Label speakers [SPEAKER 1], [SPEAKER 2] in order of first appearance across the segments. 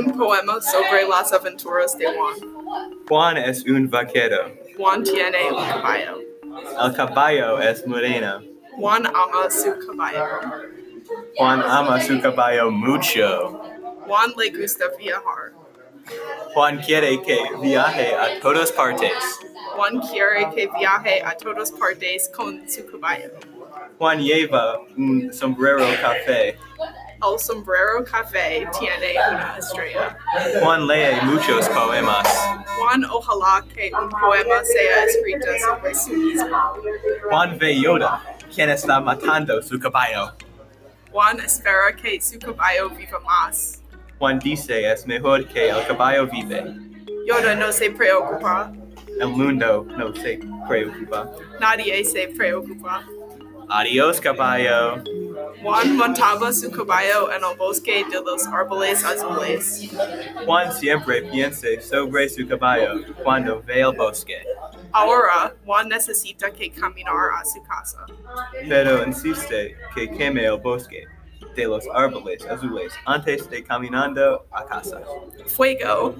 [SPEAKER 1] Un poema sobre las aventuras de Juan.
[SPEAKER 2] Juan es un vaquero.
[SPEAKER 1] Juan tiene un caballo.
[SPEAKER 2] El caballo es moreno.
[SPEAKER 1] Juan ama su caballo.
[SPEAKER 2] Juan ama su caballo mucho.
[SPEAKER 1] Juan le gusta viajar.
[SPEAKER 2] Juan quiere que viaje a todas partes.
[SPEAKER 1] Juan quiere que viaje a todas partes con su caballo.
[SPEAKER 2] Juan lleva un sombrero café.
[SPEAKER 1] El sombrero café tiene una estrella.
[SPEAKER 2] Juan lee muchos poemas.
[SPEAKER 1] Juan ojalá que un poema sea escrito sobre sí mismo.
[SPEAKER 2] Juan ve Yoda, quien está matando su caballo.
[SPEAKER 1] Juan espera que su caballo viva más.
[SPEAKER 2] Juan dice es mejor que el caballo vive.
[SPEAKER 1] Yoda no se preocupa.
[SPEAKER 2] El mundo no se preocupa.
[SPEAKER 1] Nadie se preocupa.
[SPEAKER 2] Adiós caballo.
[SPEAKER 1] Juan montaba su caballo en el bosque de los árboles azules.
[SPEAKER 2] Juan siempre piensa sobre su caballo cuando ve el bosque.
[SPEAKER 1] Ahora, Juan necesita que caminar a su casa.
[SPEAKER 2] Pero insiste que queme el bosque de los árboles azules antes de caminando a casa.
[SPEAKER 1] Fuego.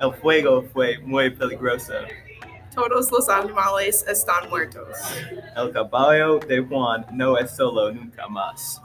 [SPEAKER 2] El fuego fue muy peligroso.
[SPEAKER 1] Todos los animales están muertos.
[SPEAKER 2] El caballo de Juan no es solo nunca más.